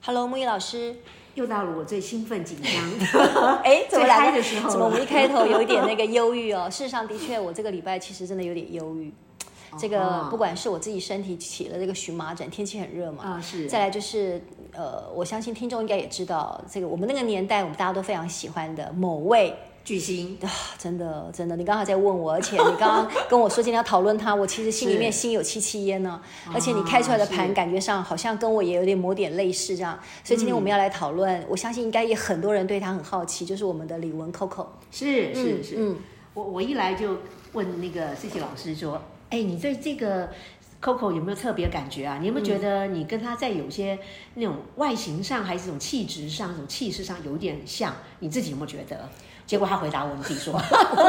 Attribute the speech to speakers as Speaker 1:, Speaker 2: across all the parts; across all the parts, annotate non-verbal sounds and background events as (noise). Speaker 1: Hello，木易老师，
Speaker 2: 又到了我最兴奋紧 (laughs) 张
Speaker 1: 哎，怎么来
Speaker 2: 最嗨的时候了
Speaker 1: 怎么我们一开头有一点那个忧郁哦？事实上，的确，我这个礼拜其实真的有点忧郁。这个
Speaker 2: 哦
Speaker 1: 不管是我自己身体起了这个荨麻疹，天气很热嘛，
Speaker 2: 啊是
Speaker 1: 再来就是呃，我相信听众应该也知道，这个我们那个年代，我们大家都非常喜欢的某位
Speaker 2: 巨星。
Speaker 1: 啊，真的真的，你刚才在问我，而且你刚刚跟我说今天要讨论他，我其实心里面
Speaker 2: 是啊
Speaker 1: 心有戚戚焉呢、而且你开出来的盘，
Speaker 2: 是
Speaker 1: 感觉上好像跟我也有点某点类似这样，所以今天
Speaker 2: 嗯
Speaker 1: 我们要来讨论，我相信应该也很多人对他很好奇，就是我们的李玟 Coco。
Speaker 2: 是是是，
Speaker 1: 嗯
Speaker 2: 我我一来就问那个 C C 老师说，哎，你对这个 Coco 有没有特别感觉啊？你有没有觉得你跟他在有些那种外形上，还是这种气质上、这种气势上有点像？你自己有没有觉得？结果他回答我，你自己说，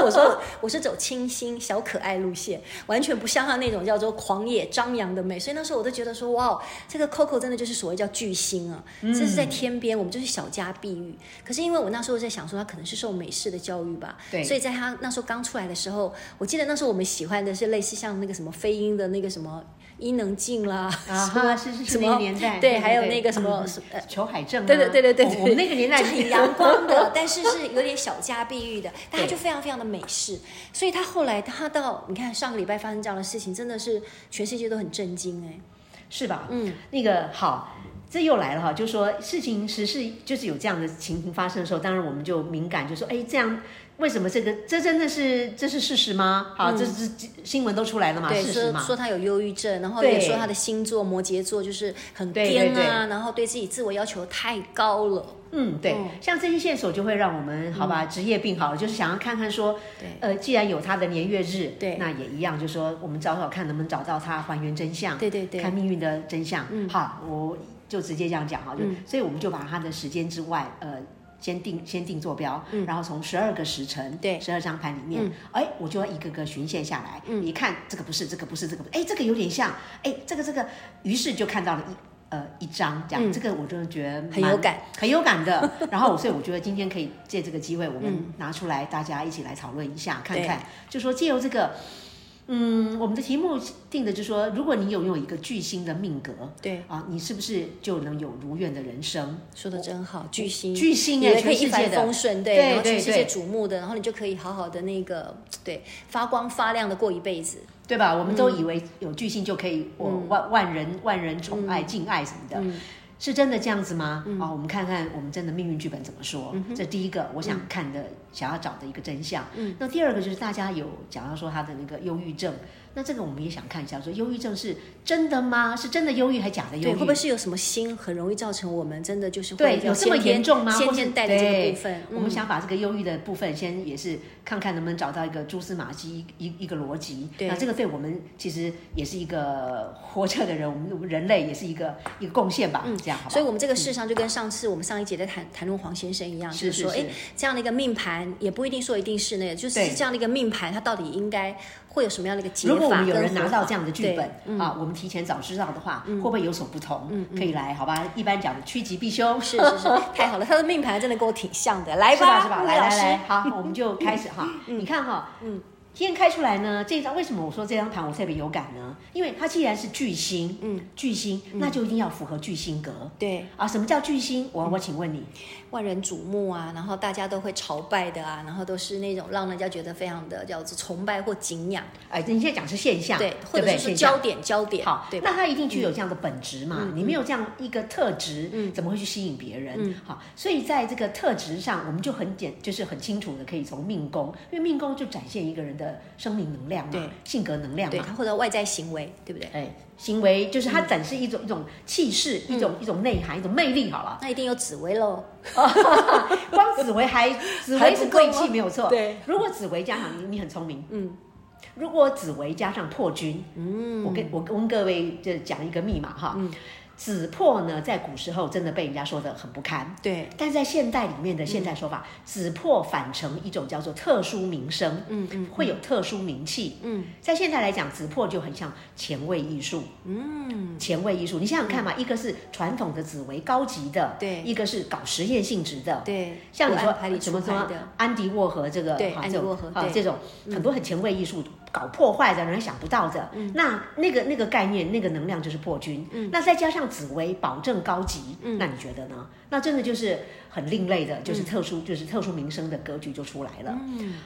Speaker 1: 我说我我是走清新小可爱路线，完全不像他那种叫做狂野张扬的美。所以那时候我都觉得说，哇哦，这个 Coco 真的就是所谓叫巨星啊，这是在天边，我们就是小家碧玉。可是因为我那时候在想说，他可能是受美式的教育吧，
Speaker 2: 对
Speaker 1: 所以在他那时候刚出来的时候，我记得那时候我们喜欢的是类似像那个什么飞鹰的那个什么伊能静啦，
Speaker 2: 啊
Speaker 1: 什么
Speaker 2: 哈，是是
Speaker 1: 什
Speaker 2: 是
Speaker 1: 么
Speaker 2: 那个年代，
Speaker 1: 对，还有那个什么
Speaker 2: 嗯
Speaker 1: 什么呃
Speaker 2: 裘海正啊，
Speaker 1: 对对对对对
Speaker 2: 我
Speaker 1: 对
Speaker 2: 我们那个年代
Speaker 1: 就很阳光
Speaker 2: (laughs)
Speaker 1: 的，但是是有点小家碧玉的，但他就非常非常的美式，所以他后来他到你看上个礼拜发生这样的事情，真的是全世界都很震惊哎、
Speaker 2: 是吧？
Speaker 1: 嗯，
Speaker 2: 那个好，这又来了哈，就说事情实事就是有这样的情形发生的时候，当然我们就敏感，就说哎，这样为什么这个这真的是这是事实吗？好，这是这新闻都出来了嘛，
Speaker 1: 嗯对，
Speaker 2: 事实
Speaker 1: 说
Speaker 2: 嘛。
Speaker 1: 说他有忧郁症，然后
Speaker 2: 对
Speaker 1: 也说他的星座摩羯座就是很
Speaker 2: 对
Speaker 1: 颠啊，
Speaker 2: 对对
Speaker 1: 然后对自己自我要求太高了，
Speaker 2: 嗯，对，像这些线索就会让我们好吧，职业病好了，就是想要看看说，
Speaker 1: 嗯对
Speaker 2: 呃，既然有他的年月日，
Speaker 1: 对
Speaker 2: 那也一样，就说我们找找看能不能找到他，还原真相，
Speaker 1: 对对对
Speaker 2: 看命运的真相。嗯，好，我就直接这样讲哈，就、
Speaker 1: 嗯
Speaker 2: 所以我们就把他的时间之外，呃。先定先定坐标，然后从十二个时辰，
Speaker 1: 嗯对嗯
Speaker 2: 十二张盘里面，哎、我就要一个个循线下来，一看这个不是，这个不是，这个不是，哎，这个有点像，哎，这个这个，于是就看到了一呃一张这样，这个我真的觉得
Speaker 1: 嗯很
Speaker 2: 蛮
Speaker 1: 有感，
Speaker 2: 很有感的。然后，所以我觉得今天可以借这个机会，我们拿出来，大家一起来讨论一下，看看，就说借由这个，嗯，我们的题目定的就是说，如果你有有一个巨星的命格，
Speaker 1: 对，
Speaker 2: 啊，你是不是就能有如愿的人生？
Speaker 1: 说的真好，巨星
Speaker 2: 哦巨星
Speaker 1: 也
Speaker 2: 哎，
Speaker 1: 可以
Speaker 2: 全
Speaker 1: 一
Speaker 2: 世
Speaker 1: 帆
Speaker 2: 界
Speaker 1: 风
Speaker 2: 的。
Speaker 1: 顺，对，
Speaker 2: 对
Speaker 1: 然后全
Speaker 2: 对
Speaker 1: 世界
Speaker 2: 对
Speaker 1: 瞩目的，然后你就可以好好的那个对发光发亮的过一辈子，
Speaker 2: 对吧？我们都
Speaker 1: 嗯
Speaker 2: 以为有巨星就可以，我、万万人万人宠
Speaker 1: 嗯
Speaker 2: 爱、敬爱什么的，是真的这样子吗？啊、我们看看我们真的命运剧本怎么说。
Speaker 1: 嗯
Speaker 2: 这第一个，我想看的、想要找的一个真相。
Speaker 1: 嗯
Speaker 2: 那第二个就是大家有讲到说他的那个忧郁症，那这个我们也想看一下，说忧郁症是真的吗？是真的忧郁还假的忧
Speaker 1: 对，
Speaker 2: 郁？
Speaker 1: 会不会是有什么心很容易造成我们真的就是会
Speaker 2: 对
Speaker 1: 比较
Speaker 2: 有这么
Speaker 1: 先天
Speaker 2: 严重吗？
Speaker 1: 先
Speaker 2: 或是
Speaker 1: 天带的这个
Speaker 2: 对
Speaker 1: 部分，
Speaker 2: 我们
Speaker 1: 嗯
Speaker 2: 想把这个忧郁的部分先也是看看能不能找到一个蛛丝马迹，一一一个逻辑。
Speaker 1: 对
Speaker 2: 那这个对我们其实也是一个活着的人，我们我们人类也是一个一个贡献吧。嗯，这样好吧。
Speaker 1: 所以，我们这个事实上就跟上次我们上一节在谈谈论黄先生一样，
Speaker 2: 是
Speaker 1: 就是说，
Speaker 2: 是是
Speaker 1: 哎，这样的一个命盘也不一定说一定是那个，就是
Speaker 2: 对
Speaker 1: 这样的一个命盘，它到底应该会有什么样的一个解法？
Speaker 2: 如果我们有人拿到这样的剧本
Speaker 1: 对，嗯
Speaker 2: 啊，我们提前早知道的话，会不会有所不同？可以来好吧？一般讲的趋吉避凶，
Speaker 1: 是是
Speaker 2: (laughs)
Speaker 1: 是，太好了，他的命盘真的跟我挺像的，来
Speaker 2: 是吧
Speaker 1: 吧，
Speaker 2: 是吧？
Speaker 1: 陆
Speaker 2: 来
Speaker 1: 老
Speaker 2: 来
Speaker 1: 师
Speaker 2: 来，好，我们就开始
Speaker 1: (laughs)
Speaker 2: 哈。你看哈，嗯，天开出来呢，这张为什么我说这张盘我特别有感呢？因为它既然是巨星，嗯，巨星，那就一定要符合巨星格。
Speaker 1: 对，
Speaker 2: 啊，什么叫巨星？
Speaker 1: 嗯
Speaker 2: 我我请问你，
Speaker 1: 万人瞩目啊，然后大家都会朝拜的啊，然后都是那种让人家觉得非常的叫做崇拜或敬仰，
Speaker 2: 哎，你现在讲是现象，
Speaker 1: 对，或
Speaker 2: 对
Speaker 1: 者
Speaker 2: 不
Speaker 1: 是
Speaker 2: 对？
Speaker 1: 说
Speaker 2: 现
Speaker 1: 焦
Speaker 2: 象。
Speaker 1: 点焦点，
Speaker 2: 好
Speaker 1: 对，嗯吧？
Speaker 2: 那他一定具有这样的本质嘛？你没有这样一个特质，
Speaker 1: 嗯
Speaker 2: 怎么会去吸引别人？好，所以在这个特质上，我们就很简，就是很清楚的可以从命宫，因为命宫就展现一个人的生命能量嘛
Speaker 1: 对，
Speaker 2: 性格能量
Speaker 1: 对
Speaker 2: 嘛。
Speaker 1: 他或者外在行为，对不对？
Speaker 2: 哎，行为就是它展示一种、一种气势，
Speaker 1: 嗯
Speaker 2: 一种一种内涵，一种魅力，
Speaker 1: (laughs)
Speaker 2: 好了。
Speaker 1: 那一定有紫薇喽，
Speaker 2: 光紫薇还紫
Speaker 1: 还
Speaker 2: 薇
Speaker 1: 不
Speaker 2: 是
Speaker 1: 够
Speaker 2: 贵
Speaker 1: 吗
Speaker 2: 气没有错，
Speaker 1: 对。
Speaker 2: 如果紫薇加上你，你很聪明，嗯。如果紫薇加上破军，嗯，我跟我跟各位就讲一个密码哈，嗯，子破呢，在古时候真的被人家说的很不堪，
Speaker 1: 对，
Speaker 2: 但在现代里
Speaker 1: 嗯
Speaker 2: 面的现代说法，子破反成一种叫做特殊名声，
Speaker 1: 嗯嗯
Speaker 2: 会有特殊名气。
Speaker 1: 嗯，
Speaker 2: 在现代来讲，子破就很像前卫艺术。嗯，前卫艺术，你想想看嘛，一个是传统的紫薇高级的，
Speaker 1: 对
Speaker 2: 一个是搞实验性质的，。
Speaker 1: 对，
Speaker 2: 像你
Speaker 1: 不
Speaker 2: 说
Speaker 1: 按牌理
Speaker 2: 什
Speaker 1: 出
Speaker 2: 么什
Speaker 1: 牌
Speaker 2: 么
Speaker 1: 的，
Speaker 2: 安迪沃荷这个
Speaker 1: 对
Speaker 2: 哈
Speaker 1: 安迪
Speaker 2: 这种
Speaker 1: 沃荷
Speaker 2: 啊
Speaker 1: 对嗯
Speaker 2: 这种很多很前卫艺术搞破坏的，人家想不到的，那那个那个概念那个能量就是破军，
Speaker 1: 嗯
Speaker 2: 那再加上紫薇保证高级，那你觉得呢？那真的就是很另类的，
Speaker 1: 嗯
Speaker 2: 就是特殊就是特殊民生的格局就出来了。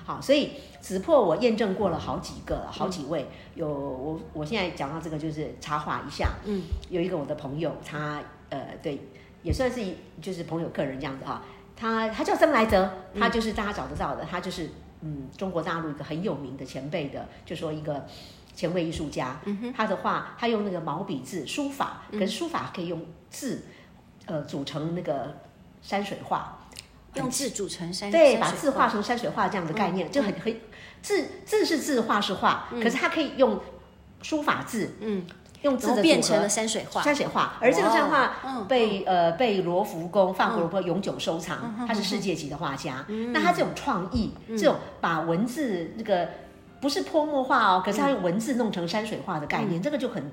Speaker 2: 好，所以紫破我验证过了好几个了，
Speaker 1: 嗯
Speaker 2: 好几位有我我现在讲到这个就是插话一下，嗯，有一个我的朋友他呃对也算是一就是朋友客人这样子哈、他他叫曾来泽，
Speaker 1: 嗯
Speaker 2: 他就是大家找得到的，他就是嗯中国大陆一个很有名的前辈的，就说一个前卫艺术家，
Speaker 1: 嗯
Speaker 2: 他的话他用那个毛笔字书法，可是书法可以用字呃组成那个山水画，
Speaker 1: 用字组成山
Speaker 2: 对，
Speaker 1: 山
Speaker 2: 把
Speaker 1: 水嗯
Speaker 2: 字画成山水画这样的概念，就很很字字是字，画是画，可是它可以用书法字，
Speaker 1: 嗯，
Speaker 2: 用
Speaker 1: 然
Speaker 2: 字
Speaker 1: 后
Speaker 2: 的
Speaker 1: 变
Speaker 2: 组
Speaker 1: 成
Speaker 2: 合
Speaker 1: 了山水画，
Speaker 2: 山水画，而这个山
Speaker 1: 哇哦
Speaker 2: 画
Speaker 1: 嗯
Speaker 2: 被呃被罗浮宫法国罗浮宫永久收
Speaker 1: 嗯
Speaker 2: 藏，他是世界级的画家。那他这种创意，这种把文字那个不是泼墨画哦，可
Speaker 1: 嗯
Speaker 2: 是他用文字弄成山水画的概念，这个就很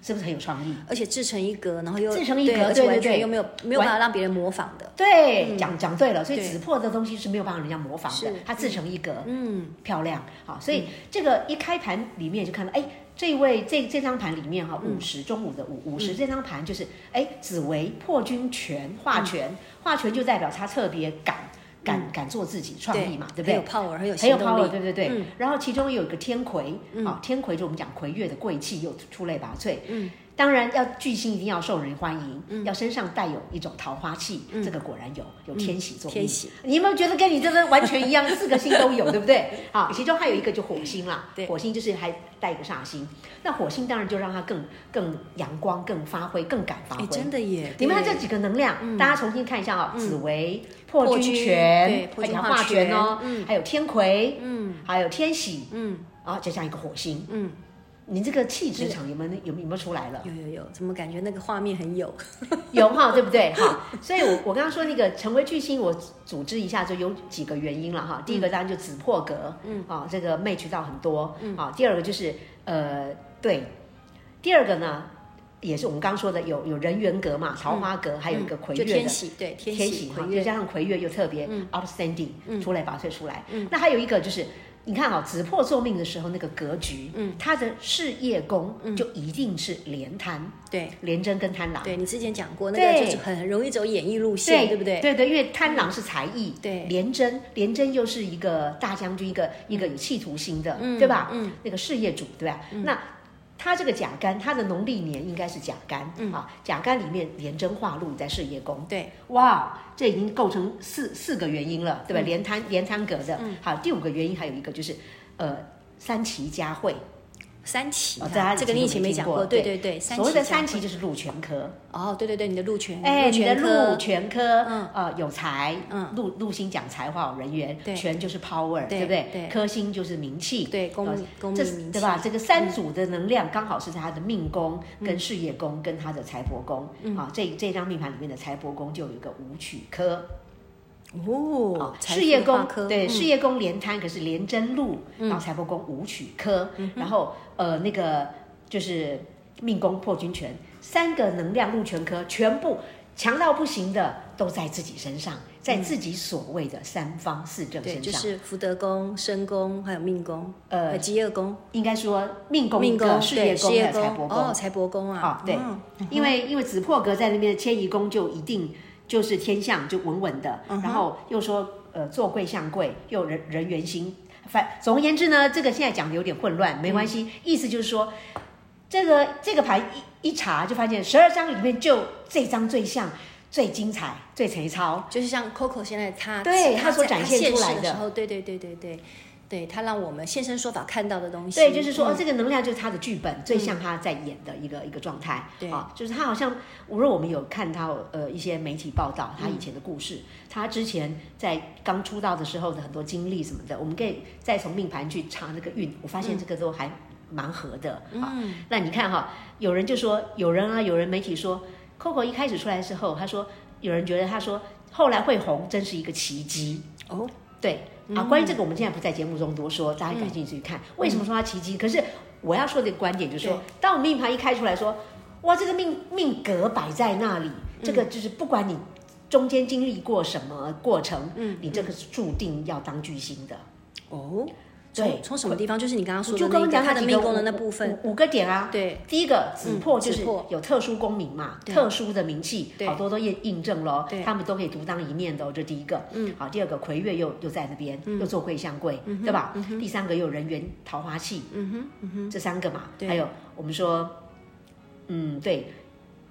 Speaker 2: 是不是很有创意？
Speaker 1: 而且制成一格，然后又
Speaker 2: 制成一格
Speaker 1: 对而且
Speaker 2: 对对
Speaker 1: 完全
Speaker 2: 对
Speaker 1: 又没有没有办法
Speaker 2: 完
Speaker 1: 让别人模仿的，
Speaker 2: 对，讲讲对了，所
Speaker 1: 嗯
Speaker 2: 以
Speaker 1: 对
Speaker 2: 纸破的东西是没有办法人家模仿的
Speaker 1: 是，
Speaker 2: 它自成一格，
Speaker 1: 嗯，
Speaker 2: 漂亮，好，所以这个一开盘里面就看到，哎，这一位这这张盘里面哈，
Speaker 1: 嗯
Speaker 2: 五十中午的五五十这张盘就是，哎，紫薇破军权化权，
Speaker 1: 嗯
Speaker 2: 化权就代表他特别敢敢敢做自己创意嘛，对不对
Speaker 1: 很有？power，很有
Speaker 2: 很有
Speaker 1: 行动
Speaker 2: power，
Speaker 1: 力，
Speaker 2: 对对对。
Speaker 1: 嗯
Speaker 2: 然后其中有一个天魁，啊，天魁就我们讲魁月的贵气又出类拔萃。嗯，当然要巨星一定要受人欢迎，
Speaker 1: 嗯
Speaker 2: 要身上带有一种桃花气，这个果然有，有天喜作命。
Speaker 1: 天喜
Speaker 2: 你有没有觉得跟你真的完全一样， (laughs) 四个星都有，对不对？好，其中还有一个就火星啦，
Speaker 1: 对
Speaker 2: 火星就是还带一个煞星，那火星当然就让它更更阳光、更发挥、更敢发
Speaker 1: 哎，
Speaker 2: 挥。
Speaker 1: 真的耶，
Speaker 2: 你们看
Speaker 1: 对嗯
Speaker 2: 这几个能量，大家重新看一下哦，紫薇、
Speaker 1: 破
Speaker 2: 破
Speaker 1: 军
Speaker 2: 军权
Speaker 1: 对、破军
Speaker 2: 阳
Speaker 1: 化
Speaker 2: 化权哦，
Speaker 1: 权嗯
Speaker 2: 还有天魁，
Speaker 1: 嗯
Speaker 2: 还有天喜，
Speaker 1: 嗯
Speaker 2: 啊，加上一个火星，
Speaker 1: 嗯，
Speaker 2: 你这个气质场有没有有没有有没有出来了？
Speaker 1: 有有有，怎么感觉那个画面很有？
Speaker 2: 有哈，对不对？哈，所以我我刚刚说那个成为巨星，我组织一下就有几个原因了哈。第一个当然就紫破格，嗯，啊，这个 match 到很多，嗯，啊，第二个就是呃，对，第二个呢，也是我们刚刚说的有有人缘格嘛，桃花格，还有一个魁
Speaker 1: 嗯就
Speaker 2: 月
Speaker 1: 天
Speaker 2: 的。
Speaker 1: 喜，对天
Speaker 2: 天喜
Speaker 1: 喜
Speaker 2: 哈
Speaker 1: 魁，
Speaker 2: 就
Speaker 1: 月，嗯
Speaker 2: 加上魁月又特别 outstanding，、出类拔萃出来。那还有一个就是，你看啊、紫破坐命的时候那个格局，嗯，他的事业宫
Speaker 1: 嗯
Speaker 2: 就一定是连贪、
Speaker 1: 对
Speaker 2: 连贞跟贪狼。
Speaker 1: 对，你之前讲过那
Speaker 2: 啊对
Speaker 1: 个就是很容易走演艺路线，对不对？嗯
Speaker 2: 对对，因为贪狼是才艺，
Speaker 1: 对
Speaker 2: 廉贞，廉贞又是一个大将军，一个一个有企图心的，对吧？嗯，那个事业主，对吧？
Speaker 1: 嗯
Speaker 2: 那他这个甲干，他的农历年应该是甲干、
Speaker 1: 嗯
Speaker 2: 啊，甲干里面廉贞化禄在事业宫，
Speaker 1: 对，
Speaker 2: 哇，这已经构成四四个原因了，
Speaker 1: 嗯
Speaker 2: 对吧？连贪连贪格的，好，第五个原因还有一个就是，呃，三奇佳慧，
Speaker 1: 三奇
Speaker 2: 哦大家
Speaker 1: 啊，
Speaker 2: 以
Speaker 1: 这
Speaker 2: 前
Speaker 1: 个你
Speaker 2: 都
Speaker 1: 以前
Speaker 2: 没
Speaker 1: 没
Speaker 2: 听
Speaker 1: 讲
Speaker 2: 过
Speaker 1: 过，对
Speaker 2: 对
Speaker 1: 对对，三
Speaker 2: 所谓的
Speaker 1: 讲
Speaker 2: 三奇就是禄全科，
Speaker 1: 哦，对对对，你的路权，
Speaker 2: 哎，你的
Speaker 1: 科
Speaker 2: 禄全科，
Speaker 1: 嗯
Speaker 2: 呃，有才，
Speaker 1: 嗯
Speaker 2: 禄禄星讲才华，有人缘，
Speaker 1: 对
Speaker 2: 权就是 power，
Speaker 1: 对
Speaker 2: 对不对？
Speaker 1: 对
Speaker 2: 科星就是名气，
Speaker 1: 对公
Speaker 2: 呃
Speaker 1: 公
Speaker 2: 这
Speaker 1: 民
Speaker 2: 是
Speaker 1: 名
Speaker 2: 对
Speaker 1: 气嗯
Speaker 2: 吧？这个三组的能量刚好是他的命宫、跟事业宫、跟他的财帛宫，
Speaker 1: 嗯
Speaker 2: 啊，这这张命盘里面的财帛宫就有一个武曲科，
Speaker 1: 哦
Speaker 2: 啊，
Speaker 1: 财
Speaker 2: 事业
Speaker 1: 富哦化
Speaker 2: 宫
Speaker 1: 科
Speaker 2: 对
Speaker 1: 嗯
Speaker 2: 事业宫连贪，可是连贞禄，然后财帛宫武曲科，
Speaker 1: 嗯
Speaker 2: 然后呃那个就是命宫破军权，三个能量禄全科全部强到不行的都在自己身上，在自己所谓的三方四
Speaker 1: 嗯
Speaker 2: 正
Speaker 1: 对，
Speaker 2: 身
Speaker 1: 就
Speaker 2: 上，
Speaker 1: 是福德宫、身宫还有命宫，
Speaker 2: 呃
Speaker 1: 还有极恶宫、
Speaker 2: 应该说命宫一
Speaker 1: 命
Speaker 2: 个
Speaker 1: 宫、
Speaker 2: 事
Speaker 1: 对
Speaker 2: 业宫
Speaker 1: 事
Speaker 2: 还
Speaker 1: 业
Speaker 2: 有财
Speaker 1: 宫
Speaker 2: 帛宫
Speaker 1: 哦，财帛宫啊
Speaker 2: 啊，对
Speaker 1: 哦
Speaker 2: 因为因为紫破格在那边的迁移宫就一定就是天象就稳稳的，然后又说呃坐贵相贵，又人人缘星，反总而言之呢，这个现在讲的有点混乱，没关系，意思就是说。这个这个牌一一查就发现，十二张里面就这张最像、最精彩、最贼超，
Speaker 1: (laughs) 就是像 Coco 现在他
Speaker 2: 对
Speaker 1: 他
Speaker 2: 他所
Speaker 1: 在
Speaker 2: 展现
Speaker 1: 现
Speaker 2: 出
Speaker 1: 世
Speaker 2: 来
Speaker 1: 的
Speaker 2: 的
Speaker 1: 时候，对对对对对，对他让我们现身说法看到的东西，
Speaker 2: 对，就是说、哦
Speaker 1: 嗯，
Speaker 2: 这个能量就是他的剧本，最像他在演的一个、一个状态。
Speaker 1: 嗯对
Speaker 2: 啊，就是他好像，无论我们有看他呃一些媒体报道他以前的故事，他之前在刚出道的时候的很多经历什么的，我们可以再从命盘去查那个运，我发现这个都
Speaker 1: 嗯
Speaker 2: 还蛮合的、啊。那你看哈、有人就说，有人啊，有人媒体说。 Coco 一开始出来之后，他说有人觉得他说后来会红，真是一个奇迹。
Speaker 1: 哦，
Speaker 2: 对啊，关于这个我们现在不在节目中多说，大家感兴趣去看。为什么说它奇迹？可是我要说的观点就是说
Speaker 1: 嗯对，
Speaker 2: 当我们命盘一开出来说，哇，这个命命格摆在那里，
Speaker 1: 嗯
Speaker 2: 这个就是不管你中间经历过什么过程，嗯，你这个是注定要当巨星的。
Speaker 1: 哦，
Speaker 2: 对
Speaker 1: 从从什么地方？就是你刚刚说
Speaker 2: 就
Speaker 1: 的
Speaker 2: 刚
Speaker 1: 那
Speaker 2: 刚
Speaker 1: 个
Speaker 2: 讲
Speaker 1: 嗯他
Speaker 2: 那
Speaker 1: 的
Speaker 2: 几
Speaker 1: 命
Speaker 2: 个
Speaker 1: 宫的
Speaker 2: 五
Speaker 1: 那部分，
Speaker 2: 五五个点啊，
Speaker 1: 对
Speaker 2: 第一个紫破就是
Speaker 1: 紫破
Speaker 2: 有特殊功名嘛，
Speaker 1: 对
Speaker 2: 特殊的名气，
Speaker 1: 对
Speaker 2: 好多都验印证喽
Speaker 1: 对，
Speaker 2: 他们都可以独当一面的哦，这第一个。嗯，好，第二个魁月又又在那边，
Speaker 1: 嗯
Speaker 2: 又做贵相贵，对吧？第三个又有人缘桃花气，嗯哼，嗯哼，这三个嘛，
Speaker 1: 对
Speaker 2: 还有我们说，嗯，对，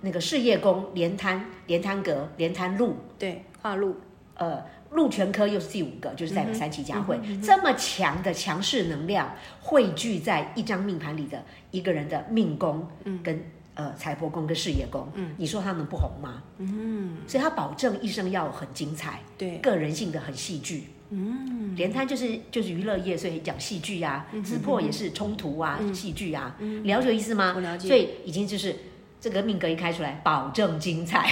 Speaker 2: 那个事业宫连贪连贪格连贪禄，
Speaker 1: 对，化禄，
Speaker 2: 呃，陆全科又是第五个，就是
Speaker 1: 嗯
Speaker 2: 代表三七家会、这么强的强势能量汇聚在一张命盘里的一个人的命宫，
Speaker 1: 嗯
Speaker 2: 跟呃财帛宫跟事业宫，你说他们不红吗？嗯，所以他保证一生要很精彩， (laughs)
Speaker 1: 对，
Speaker 2: 个人性的很戏剧。嗯，连摊就是就是娱乐业，所以讲戏剧啊，
Speaker 1: 嗯
Speaker 2: 紫破也是冲突啊，戏剧啊，了解我意思吗？
Speaker 1: 我了解
Speaker 2: 所以已经就是这个命格一开出来，保证精彩。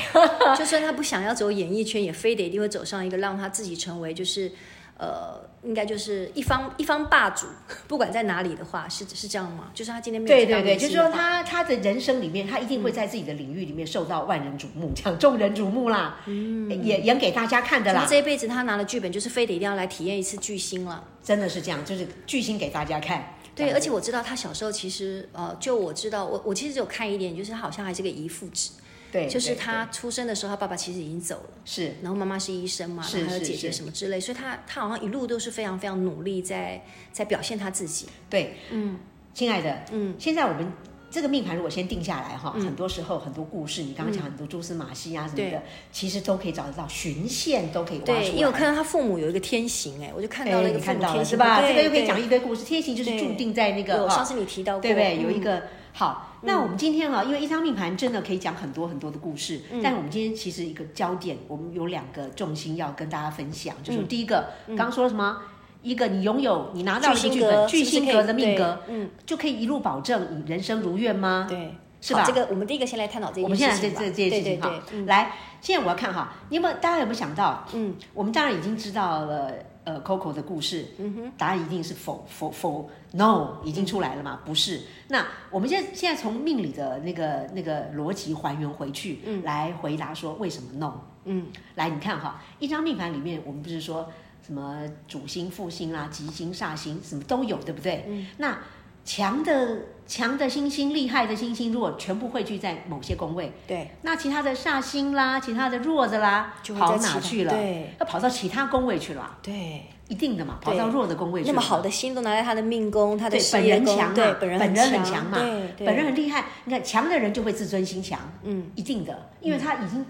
Speaker 1: 就算他不想要走演艺圈，也非得一定会走上一个让他自己成为就是。呃，应该就是一方一方霸主，不管在哪里的话，是是这样吗？就是他今天没有
Speaker 2: 对
Speaker 1: 去当
Speaker 2: 对对，
Speaker 1: 明
Speaker 2: 就是
Speaker 1: 星的
Speaker 2: 说
Speaker 1: 话
Speaker 2: 他他的人生里面，他一定会
Speaker 1: 嗯
Speaker 2: 在自己的领域里面受到万人瞩目，这样众人瞩目啦，呃也演给大家看
Speaker 1: 嗯
Speaker 2: 的
Speaker 1: 就是
Speaker 2: 啦
Speaker 1: 这，一辈子他拿了剧本，就是非得一定要来体验一次巨星了。
Speaker 2: 真的是这样，就是巨星给大家看。
Speaker 1: 对，
Speaker 2: 这
Speaker 1: 而
Speaker 2: 样子
Speaker 1: 且我知道他小时候其实呃，就我知道我我其实有看一点，就是他好像还是个遗腹子，
Speaker 2: 对，
Speaker 1: 就是
Speaker 2: 对
Speaker 1: 他
Speaker 2: 对
Speaker 1: 出生的时候，他爸爸其实已经走了，
Speaker 2: 是
Speaker 1: 然后妈妈是医生嘛，
Speaker 2: 是
Speaker 1: 然后还有
Speaker 2: 是
Speaker 1: 姐姐
Speaker 2: 是
Speaker 1: 什么之类，所以他他好像一路都是非常非常努力在在表现他自己。
Speaker 2: 对，嗯，亲爱的，嗯，现在我们这个命盘如果先定下来哈，很多时候很多故事，你刚刚讲很多蛛丝马迹啊什么
Speaker 1: 嗯对
Speaker 2: 的，其实都可以找得到，循线都可以挖出来。
Speaker 1: 对，因为我看到他父母有一个天行，哎，我就看到了
Speaker 2: 哎，
Speaker 1: 一
Speaker 2: 你
Speaker 1: 个父
Speaker 2: 看
Speaker 1: 母
Speaker 2: 到
Speaker 1: 天
Speaker 2: 了
Speaker 1: 行，
Speaker 2: 是吧？这个又可以
Speaker 1: 对
Speaker 2: 讲一堆故事，天行就是
Speaker 1: 对
Speaker 2: 注定在那个
Speaker 1: 有
Speaker 2: 啊
Speaker 1: 上次你提到过，
Speaker 2: 对不对？有一
Speaker 1: 嗯
Speaker 2: 个、好。那我们今天啊，因为一张命盘真的可以讲很多很多的故事，
Speaker 1: 嗯
Speaker 2: 但我们今天其实一个焦点，我们有两个重心要跟大家分享，就是
Speaker 1: 嗯
Speaker 2: 第一个，刚刚说什么？一个你拥有你拿到了一个剧本
Speaker 1: 巨
Speaker 2: 巨
Speaker 1: 星
Speaker 2: 星
Speaker 1: 格
Speaker 2: 格的命
Speaker 1: 是
Speaker 2: 格
Speaker 1: 不，嗯，
Speaker 2: 就可以一路保证你人生如愿吗？
Speaker 1: 对，
Speaker 2: 是
Speaker 1: 好
Speaker 2: 吧
Speaker 1: 这个我们第一个先来探讨这
Speaker 2: 我们现
Speaker 1: 件
Speaker 2: 在
Speaker 1: 事情吧，
Speaker 2: 这这这件事情
Speaker 1: 对
Speaker 2: 哈
Speaker 1: 对，对，
Speaker 2: 来，现在我要看哈，你有没有大家有没有想到？
Speaker 1: 嗯，
Speaker 2: 我们当然已经知道了，呃，Coco 的故事，嗯哼，答案一定是否否否，no，已经出来了
Speaker 1: 嗯
Speaker 2: 嘛，不是。那我们现在现在从命理的那个那个逻辑还原回去，嗯，来回答说为什么 no？
Speaker 1: 嗯，
Speaker 2: 来你看哈，一张命盘里面我们不是说什么主星、副星啦、吉星、煞星，什么都有，对不对？嗯，那强的强的星星、厉害的星星，如果全部汇聚在某些宫位，
Speaker 1: 对，
Speaker 2: 那其他的煞星啦、其他的弱的啦，
Speaker 1: 就会
Speaker 2: 跑
Speaker 1: 在其
Speaker 2: 哪
Speaker 1: 他
Speaker 2: 去了？
Speaker 1: 对，
Speaker 2: 要跑到其他宫位去了啊，
Speaker 1: 对。
Speaker 2: 一定的嘛，跑
Speaker 1: 对
Speaker 2: 到弱的宫位去
Speaker 1: 那
Speaker 2: 了嘛。
Speaker 1: 么好的心都拿在他的命宫，他的
Speaker 2: 对
Speaker 1: 事
Speaker 2: 本
Speaker 1: 业
Speaker 2: 人
Speaker 1: 宫，
Speaker 2: 强嘛，
Speaker 1: 对本人
Speaker 2: 本人很强
Speaker 1: 强
Speaker 2: 嘛
Speaker 1: 对，对
Speaker 2: 本人很厉害。你看强的人就会自尊心强，
Speaker 1: 嗯，
Speaker 2: 一定的，因为他已经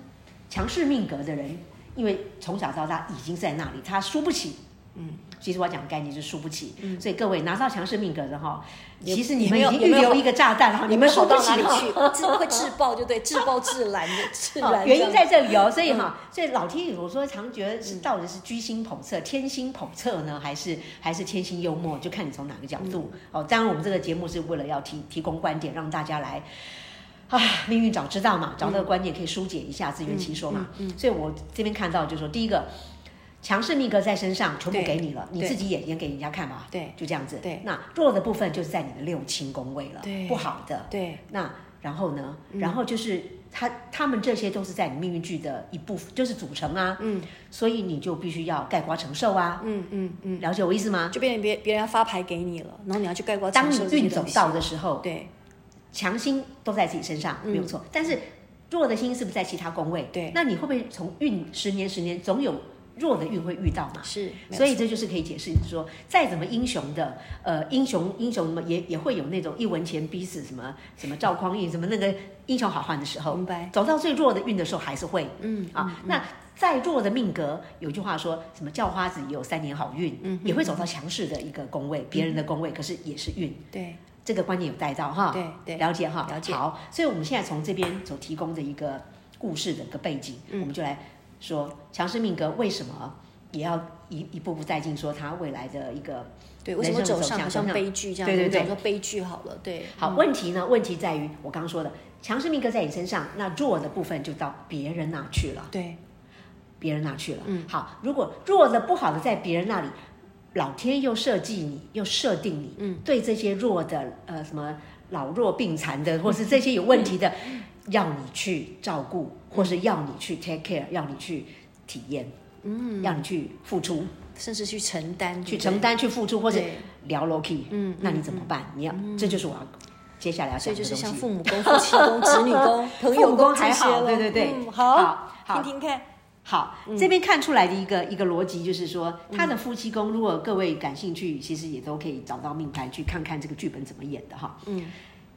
Speaker 2: 强势命格的人，因为从小到大已经在那里，他输不起。嗯，其实我讲的概念就是输不起，所以各位拿到强势命格的哈，
Speaker 1: 嗯也
Speaker 2: 其实你
Speaker 1: 也没有
Speaker 2: 们已经
Speaker 1: 也
Speaker 2: 预
Speaker 1: 没有
Speaker 2: 留一个炸弹哈，
Speaker 1: 你
Speaker 2: 们
Speaker 1: 们
Speaker 2: 输
Speaker 1: 好
Speaker 2: 不
Speaker 1: 到
Speaker 2: 起
Speaker 1: 哪里
Speaker 2: 哈
Speaker 1: 去？ (laughs) 自会自爆，就对，自爆自燃的自
Speaker 2: 哦
Speaker 1: 燃。
Speaker 2: 原因在这里哦，所以哈，
Speaker 1: 嗯
Speaker 2: 所以老天爷我说常觉得是到底是居心叵测、天心叵测呢，还是还是天心幽默，就看你从哪个角度、
Speaker 1: 嗯
Speaker 2: 哦。当然，我们这个节目是为了要提提供观点，让大家来。啊，命运早知道
Speaker 1: 嗯
Speaker 2: 嘛，找到观点可以疏解一下自圆其说嘛。所以我这边看到就是说，第一个强势命格在身上，全部
Speaker 1: 对
Speaker 2: 给你了，你
Speaker 1: 对
Speaker 2: 自己也演给人家看嘛。
Speaker 1: 对，
Speaker 2: 就这样子。
Speaker 1: 对
Speaker 2: 那弱的部分就是在你的六亲宫位了，
Speaker 1: 对
Speaker 2: 不好的。
Speaker 1: 对
Speaker 2: 那然后呢？
Speaker 1: 嗯
Speaker 2: 然后就是他他们这些都是在你命运剧的一部分，就是组成啊。嗯，所以你就必须要盖瓜承受啊。
Speaker 1: 嗯嗯嗯，
Speaker 2: 了解我意思吗？
Speaker 1: 就变成别别人要发牌给你了，然后你要去盖棺
Speaker 2: 啊当
Speaker 1: 承
Speaker 2: 你
Speaker 1: 受这
Speaker 2: 运
Speaker 1: 些
Speaker 2: 走
Speaker 1: 东西
Speaker 2: 到的时候，
Speaker 1: 对
Speaker 2: 强心都在自己身上，没有错。但是弱的心是不是在其他宫位？
Speaker 1: 嗯对
Speaker 2: 那你会不会从运十年十年总有弱的运会遇到嘛？
Speaker 1: 是，没有
Speaker 2: 啊所以
Speaker 1: 错
Speaker 2: 这就是可以解释，你说再怎么英雄的，呃，英雄英雄们也也会有那种一文钱逼死什么什么赵匡胤什么那个英雄好汉的时候，
Speaker 1: 明白
Speaker 2: 走到最弱的运的时候还是会，嗯啊，那再弱的命格，有句话说什么叫花子也有三年好运，嗯，也会走到强势的一个宫位，别人的宫位，可是也是运，
Speaker 1: 对
Speaker 2: 这个观点有带到哈，
Speaker 1: 对对
Speaker 2: 啊了解哈，
Speaker 1: 了解
Speaker 2: 好，所以我们现在从这边所提供的一个故事的一个背景，我们就来说强势命格为什么也要一一步步带进，说他未来的一个
Speaker 1: 对，为什么
Speaker 2: 人生
Speaker 1: 走
Speaker 2: 走
Speaker 1: 上
Speaker 2: 向
Speaker 1: 好像
Speaker 2: 走向
Speaker 1: 悲剧这样？
Speaker 2: 对
Speaker 1: 我
Speaker 2: 对
Speaker 1: 们讲
Speaker 2: 对
Speaker 1: 说悲剧好了，对，
Speaker 2: 好问题呢？问题在于我刚刚说的强势命格在你身上，那弱的部分就到别人那去了，
Speaker 1: 对，
Speaker 2: 别人那去了。嗯，好，如果弱的不好的在别人那里，老天又设计你，又设定你，嗯，对这些弱的呃什么老弱病残的，或是这些有问题的，要你去照顾，或是要你去 take care，要你去体验，嗯，要你去付出。
Speaker 1: 甚至去承担，对
Speaker 2: 去
Speaker 1: 不对
Speaker 2: 承。担、去付出，或者
Speaker 1: 对
Speaker 2: 聊 low key，嗯，那你怎么办？你要，这就是我要接下来要
Speaker 1: 所
Speaker 2: 啊讲
Speaker 1: 以就
Speaker 2: 的东
Speaker 1: 是
Speaker 2: 西。
Speaker 1: 像父母宫、 (laughs) 夫妻
Speaker 2: (laughs)
Speaker 1: 宫、子女宫、朋友
Speaker 2: 父母宫
Speaker 1: 这
Speaker 2: 还
Speaker 1: 些
Speaker 2: 好
Speaker 1: 了
Speaker 2: 对对对
Speaker 1: 嗯
Speaker 2: 好
Speaker 1: 好，
Speaker 2: 好
Speaker 1: 听听看，
Speaker 2: 好，
Speaker 1: 嗯
Speaker 2: 这边看出来的一个一个逻辑就是说，他的夫妻宫，如果各位感兴趣，其实也都可以找到命盘去看看这个剧本怎么演的哈。嗯，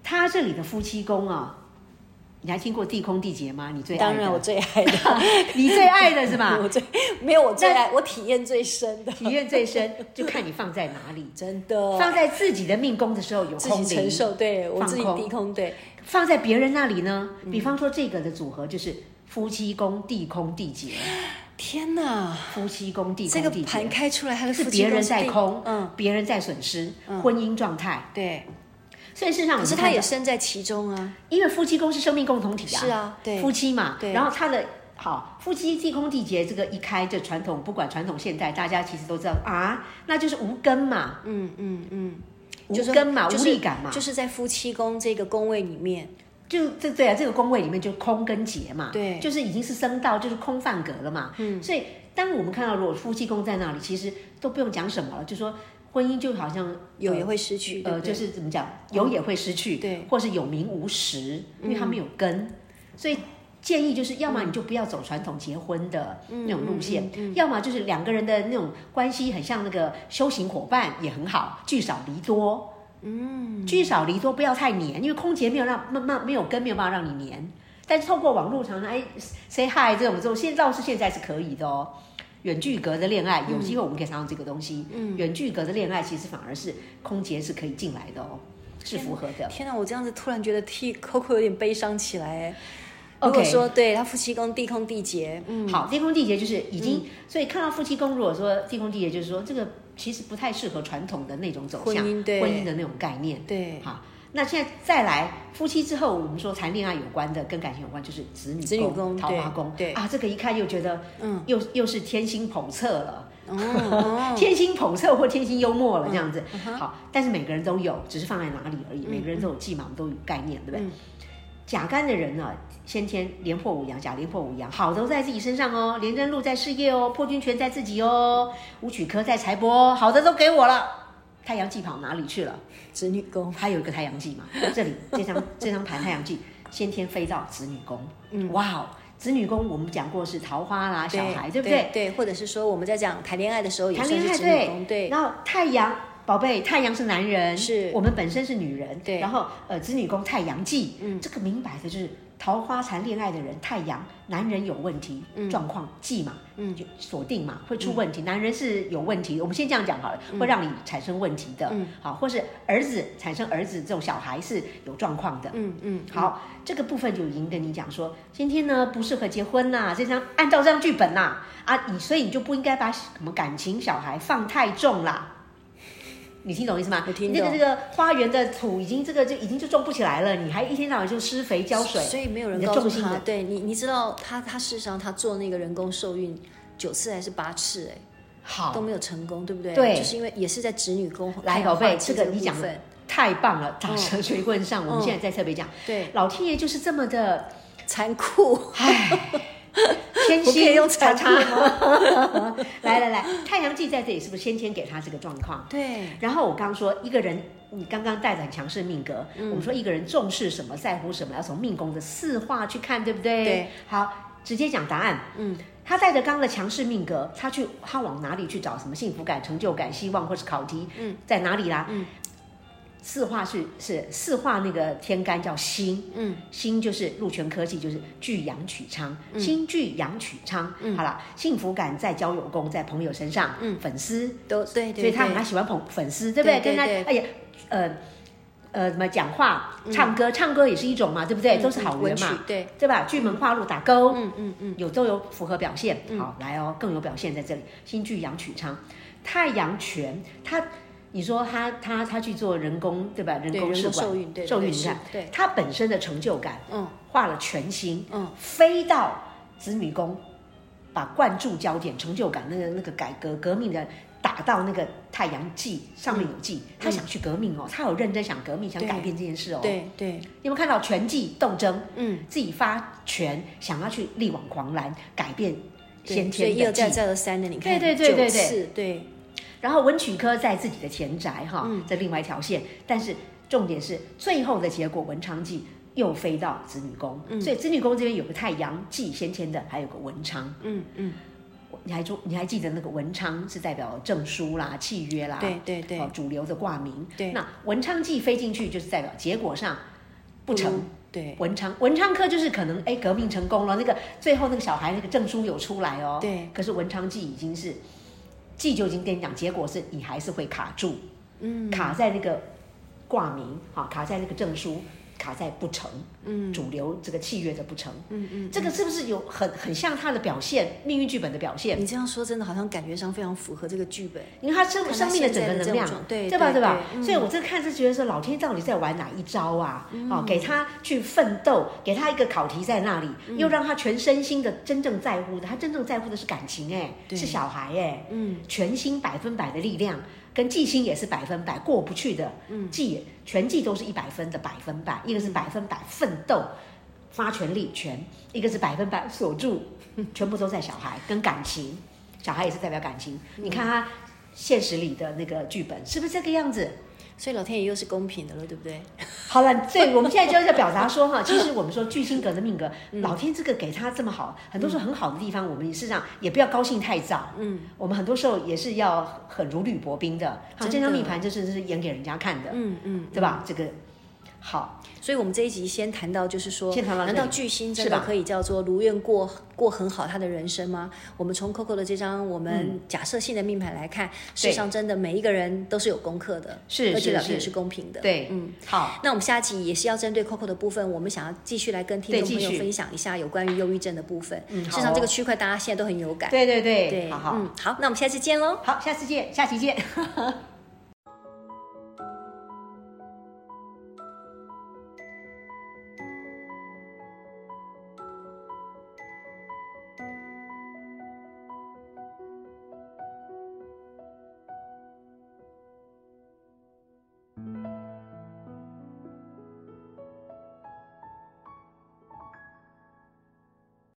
Speaker 2: 他这里的夫妻宫啊，你还听过地空地劫吗？你最爱的
Speaker 1: 当然我最爱的， (laughs)
Speaker 2: 你最爱的是吧？
Speaker 1: 我最没有我最爱，我体验最深的，
Speaker 2: 体验最深，就看你放在
Speaker 1: (laughs)
Speaker 2: 哪里。
Speaker 1: 真的
Speaker 2: 放在自己的命宫的时候有
Speaker 1: 自
Speaker 2: 空
Speaker 1: 己承
Speaker 2: 灵，
Speaker 1: 受，对我
Speaker 2: 放
Speaker 1: 自己
Speaker 2: 空
Speaker 1: 低空，对
Speaker 2: 放在别人那里呢？
Speaker 1: 嗯
Speaker 2: 比方说这个的组合就是夫妻宫地空地劫，
Speaker 1: 天哪，
Speaker 2: 夫妻宫地
Speaker 1: 这
Speaker 2: 空
Speaker 1: 个
Speaker 2: 地
Speaker 1: 盘
Speaker 2: 劫
Speaker 1: 开出来，他的
Speaker 2: 是
Speaker 1: 夫妻
Speaker 2: 别人
Speaker 1: 宫是
Speaker 2: 在
Speaker 1: 第
Speaker 2: 空，
Speaker 1: 嗯，
Speaker 2: 别人在损失，婚姻状态。
Speaker 1: 对，
Speaker 2: 所以事实上
Speaker 1: 可
Speaker 2: 我们
Speaker 1: 是
Speaker 2: 看到，
Speaker 1: 他也身在其中啊，
Speaker 2: 因为夫妻宫是生命共同体啊，
Speaker 1: 是啊对
Speaker 2: 夫妻嘛，
Speaker 1: 对
Speaker 2: 然后他的。好，夫妻地空地劫这个一开，这传统不管传统现代，大家其实都知道啊，那就是无根嘛，
Speaker 1: 嗯嗯嗯，
Speaker 2: 无
Speaker 1: 就是
Speaker 2: 根嘛，
Speaker 1: 就是
Speaker 2: 无力感嘛，
Speaker 1: 就是在夫妻宫这个宫位里面，
Speaker 2: 就这对啊，这个宫位里面就空跟劫嘛，
Speaker 1: 对
Speaker 2: 就是已经是生到就是空泛格了嘛，嗯，所以当我们看到如果夫妻宫在那里，其实都不用讲什么了，就说婚姻就好像
Speaker 1: 有也会失去，对
Speaker 2: 呃，
Speaker 1: 不对嗯
Speaker 2: 就是怎么讲，有也会失去，
Speaker 1: 对，嗯
Speaker 2: 或是有名无实，因为它没有根，所以建议就是，要么你就不要走传统结婚的
Speaker 1: 嗯
Speaker 2: 那种路线，要么就是两个人的那种关系很像那个修行伙伴也很好，聚少离多，嗯，聚少离多，不要太黏，因为空姐没有让慢慢没有根，没有办法让你黏。但是透过网络常常哎 say hi 这种这种，现倒是现在是可以的哦。远距隔的恋爱，有机会我们可以谈到这个东西。嗯，远距隔的恋爱其实反而是空姐是可以进来的哦，是符合的。
Speaker 1: 天哪，我这样子突然觉得替 Coco 有点悲伤起来哎。如
Speaker 2: OK
Speaker 1: 果说对他夫妻宫地空地劫，嗯，
Speaker 2: 好，地空地劫就是已经，所以看到夫妻宫，如果说地空地劫，就是说这个其实不太适合传统的那种走
Speaker 1: 婚
Speaker 2: 向，
Speaker 1: 姻对
Speaker 2: 的那种概念。 (laughs)
Speaker 1: 对，
Speaker 2: 好，那现在再来夫妻之后，我们说谈恋爱有关的，跟感情有关，就是子女
Speaker 1: 子女宫
Speaker 2: 桃花
Speaker 1: 对
Speaker 2: 宫。
Speaker 1: 对
Speaker 2: 啊，这个一看又觉得，嗯，又又是天星捧测了。
Speaker 1: 哦，
Speaker 2: 天星捧色或天星幽默了这样子。好，但是每个人都有，只是放在哪里而已。每个人都有计嘛，我们都有概念，对不对？
Speaker 1: 嗯
Speaker 2: 甲干的人呢、先天连破五阳，甲连破五阳，好都在自己身上哦。连贞禄在事业哦，破军权在自己哦，武曲科在财帛哦，好的都给我了。太阳记跑哪里去了？ (laughs)
Speaker 1: 子女宫，
Speaker 2: 还有一个太阳记嘛，这里这张这张盘太阳记先天飞到子女宫，嗯，哇哦，子女宫我们讲过是桃花啦、小孩，对不对？
Speaker 1: 对？对，或者是说我们在讲谈恋爱的时候也
Speaker 2: 谈
Speaker 1: 算
Speaker 2: 恋
Speaker 1: 是
Speaker 2: 爱
Speaker 1: 子女宫，对，
Speaker 2: 然后太阳，宝贝，太阳是男人，
Speaker 1: 是
Speaker 2: 我们本身是女人，
Speaker 1: 对
Speaker 2: 然后呃，子女宫太阳记，嗯，这个明摆的就是桃花谈恋爱的人，太阳男人有问题，状况记嘛，嗯，就锁定嘛，会
Speaker 1: 嗯
Speaker 2: 出问题。男人是有问题，我们先这样讲好了，会让你产生问题的，
Speaker 1: 嗯
Speaker 2: 好，或是儿子产生儿子这种小孩是有状况的，
Speaker 1: 嗯嗯，
Speaker 2: 好，这个部分就已经跟你讲说，今天呢不适合结婚呐、这张按照这张剧本呐、啊，你所以你就不应该把什么感情小孩放太重啦。你听懂意思吗？
Speaker 1: 我听
Speaker 2: 你这个
Speaker 1: 懂
Speaker 2: 这个花园的土已经这个就已经就种不起来了，你还一天到晚就施肥浇水，
Speaker 1: 所以没有人
Speaker 2: 你的
Speaker 1: 告诉
Speaker 2: 重心
Speaker 1: 他，
Speaker 2: 的
Speaker 1: 对你，你知道他他事实上他做那个人工受孕九次还是八次，哎，
Speaker 2: 好
Speaker 1: 都，没有成功，对不对？
Speaker 2: 哦对
Speaker 1: 就是因为也是在子女宫
Speaker 2: 来
Speaker 1: 太阳
Speaker 2: 宝贝
Speaker 1: 化忌
Speaker 2: 这个
Speaker 1: 部
Speaker 2: 你讲
Speaker 1: 分
Speaker 2: 太棒了，打蛇随棍上。我
Speaker 1: 嗯
Speaker 2: 们现在在特别讲，
Speaker 1: 对
Speaker 2: 老天爷就是这么的，
Speaker 1: 残酷， (laughs)
Speaker 2: 天
Speaker 1: 我可以
Speaker 2: 蝎
Speaker 1: 用
Speaker 2: 叉
Speaker 1: 残
Speaker 2: 叉
Speaker 1: 酷吗？
Speaker 2: (laughs) 来来来，太阳记在这里是不是先天给他这个状况？
Speaker 1: 对，
Speaker 2: 然后我刚刚说，一个人你刚刚带着很强势命格，我们说一个人重视什么、在乎什么，要从命宫的四化去看，对不对？
Speaker 1: 对。
Speaker 2: 好，直接讲答案。嗯，他带着刚刚的强势命格，他去他往哪里去找什么幸福感、成就感、希望或是考题？嗯，在哪里啦？嗯。四化是是四化那个天干叫星，嗯，星就是禄全科技，就是聚阳取昌，星聚阳取昌，好了，幸福感在交友宫，在朋友身上，嗯，粉丝
Speaker 1: 都对，对
Speaker 2: 所以他
Speaker 1: 对
Speaker 2: 很爱喜欢捧粉丝，对不对？
Speaker 1: 对对
Speaker 2: 跟他
Speaker 1: 对
Speaker 2: 哎呀，呃呃，怎么讲话、唱歌，唱歌也是一种嘛，对不对？都是好
Speaker 1: 嗯文
Speaker 2: 人
Speaker 1: 曲
Speaker 2: 嘛，
Speaker 1: 对，
Speaker 2: 对吧？巨门化禄打勾，
Speaker 1: 嗯嗯嗯，
Speaker 2: 有都有符合表现。好，来哦，更有表现在这里，新巨阳取昌，太阳权，他你说他他他去做人工对吧？人
Speaker 1: 对
Speaker 2: 工
Speaker 1: 人
Speaker 2: 试
Speaker 1: 工
Speaker 2: 管
Speaker 1: 受孕对对
Speaker 2: 受
Speaker 1: 对
Speaker 2: 孕
Speaker 1: 是
Speaker 2: 看
Speaker 1: 对
Speaker 2: 他本身的成就感，
Speaker 1: 嗯，
Speaker 2: 化了全新，
Speaker 1: 嗯，
Speaker 2: 飞到子女宫，把灌注焦点、成就感那个那个改革革命的打到那个太阳系上面有记，他想去革命哦，他有认真想革命、想
Speaker 1: 嗯对
Speaker 2: 改变这件事哦。，
Speaker 1: 对对，
Speaker 2: 你有没有看到全季斗争？
Speaker 1: 嗯，
Speaker 2: 自己发拳，想要去力挽狂澜，改变
Speaker 1: 对
Speaker 2: 先
Speaker 1: 所
Speaker 2: 天
Speaker 1: 以一而
Speaker 2: 的
Speaker 1: 再，
Speaker 2: 记。
Speaker 1: 再而三的，你看，
Speaker 2: 对对对对
Speaker 1: 九次对，
Speaker 2: 然后文曲科在自己的前宅哈，
Speaker 1: 嗯
Speaker 2: 这另外一条线，但是重点是最后的结果，文昌记又飞到子女宫，
Speaker 1: 嗯
Speaker 2: 所以子女宫这边有个太阳记先天的，还有个文昌。
Speaker 1: 嗯嗯，
Speaker 2: 你还说你还记得那个文昌是代表证书啦、契约啦，
Speaker 1: 对对对
Speaker 2: 哦，主流的挂名。
Speaker 1: 对
Speaker 2: 那文昌记飞进去就是代表结果上不成，
Speaker 1: 嗯对
Speaker 2: 文昌文昌科就是可能哎革命成功了，那个最后那个小孩那个证书有出来哦。
Speaker 1: 对
Speaker 2: 可是文昌记已经是记就已经跟你讲，结果是你还是会卡住，嗯，卡在那个挂名哈，卡在那个证书，卡在不成，嗯，主流这个契约的不成，嗯嗯，这个是不是有很很像他的表现，命运剧本的表现？
Speaker 1: 你这样说真的好像感觉上非常符合这个剧本，
Speaker 2: 因为他生
Speaker 1: 看他
Speaker 2: 生命的整
Speaker 1: 现在
Speaker 2: 个
Speaker 1: 的
Speaker 2: 能
Speaker 1: 这
Speaker 2: 量
Speaker 1: 种状，对
Speaker 2: 对吧？
Speaker 1: 对
Speaker 2: 对吧？
Speaker 1: 对嗯
Speaker 2: 所以我这看是觉得说，老天到底在玩哪一招啊？
Speaker 1: 嗯
Speaker 2: 哦，给他去奋斗，给他一个考题在那里，
Speaker 1: 嗯
Speaker 2: 又让他全身心的真正在乎的，他真正在乎的是感情，哎，
Speaker 1: 对
Speaker 2: 是小孩，哎，
Speaker 1: 嗯，
Speaker 2: 全心百分百的力量，跟记心也是百分百过不去的，嗯，记也全记都是一百分的百分百，一个是百分百奋斗。发全力全，一个是百分百锁住，全部都在小孩跟感情，小孩也是代表感情。你看他现实里的那个剧本是不是这个样子？
Speaker 1: 所以老天爷又是公平的了，对不对？
Speaker 2: 好了，对，我们现在就是要表达
Speaker 1: (laughs)
Speaker 2: 说哈，其实我们说巨星格的命格，
Speaker 1: 嗯
Speaker 2: 老天这个给他这么好，很多时候很好的地方，我们事实上也不要高兴太早。嗯，我们很多时候也是要很如履薄冰的。
Speaker 1: 真
Speaker 2: 好，
Speaker 1: 的
Speaker 2: 这张命盘就是是演给人家看的，
Speaker 1: 嗯嗯，
Speaker 2: 对吧？这个好，
Speaker 1: 所以我们这一集先谈到，就是说，
Speaker 2: 先谈到这
Speaker 1: 难
Speaker 2: 里
Speaker 1: 道巨星真
Speaker 2: 是
Speaker 1: 的
Speaker 2: 吧
Speaker 1: 可以叫做如愿过过很好他的人生吗？我们从 Coco 的这张我们假设性的命盘来看，世上真的每一个人都是有功课的，而
Speaker 2: 是
Speaker 1: 且
Speaker 2: 是
Speaker 1: 老天也
Speaker 2: 是
Speaker 1: 是公平的，
Speaker 2: 对，
Speaker 1: 嗯。
Speaker 2: 嗯，好，
Speaker 1: 那我们下集也是要针对 Coco 的部分，我们想要继续来跟听众
Speaker 2: 对
Speaker 1: 朋
Speaker 2: 继续
Speaker 1: 友分享一下有关于忧郁症的部分。
Speaker 2: 嗯
Speaker 1: 事
Speaker 2: 好哦
Speaker 1: 实上这个区块大家现在都很有感。
Speaker 2: 对对对，
Speaker 1: 对，嗯
Speaker 2: 好好
Speaker 1: 嗯，好，那我们下次见喽。
Speaker 2: 好，下次见，下期见。